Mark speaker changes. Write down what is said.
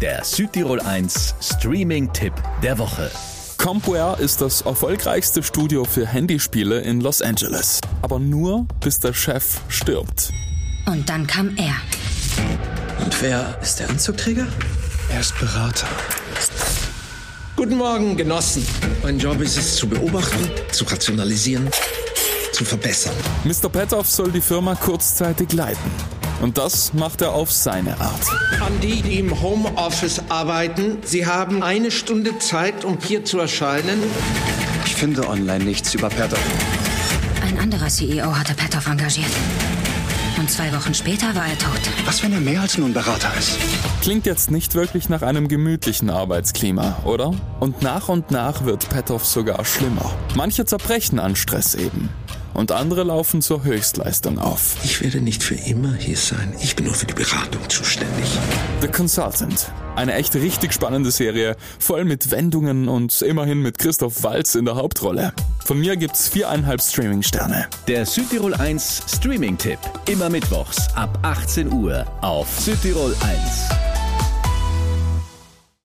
Speaker 1: Der Südtirol 1 Streaming-Tipp der Woche.
Speaker 2: Compware ist das erfolgreichste Studio für Handyspiele in Los Angeles. Aber nur bis der Chef stirbt.
Speaker 3: Und dann kam er.
Speaker 4: Und wer ist der Anzugträger?
Speaker 5: Er ist Berater.
Speaker 4: Guten Morgen, Genossen. Mein Job ist es zu beobachten, zu rationalisieren, zu verbessern.
Speaker 2: Mr. Petoff soll die Firma kurzzeitig leiten. Und das macht er auf seine Art.
Speaker 6: An die, die im Homeoffice arbeiten, Sie haben eine Stunde Zeit, um hier zu erscheinen.
Speaker 5: Ich finde online nichts über Petoff.
Speaker 3: Ein anderer CEO hatte Petoff engagiert. Und zwei Wochen später war er tot.
Speaker 5: Was, wenn er mehr als nur ein Berater ist?
Speaker 2: Klingt jetzt nicht wirklich nach einem gemütlichen Arbeitsklima, oder? Und nach und nach wird Petoff sogar schlimmer. Manche zerbrechen an Stress eben. Und andere laufen zur Höchstleistung auf.
Speaker 4: Ich werde nicht für immer hier sein. Ich bin nur für die Beratung zuständig.
Speaker 2: The Consultant. Eine echt richtig spannende Serie, voll mit Wendungen und immerhin mit Christoph Walz in der Hauptrolle. Von mir gibt's viereinhalb Streaming-Sterne.
Speaker 1: Der Südtirol 1 Streaming-Tipp. Immer mittwochs ab 18 Uhr auf Südtirol 1.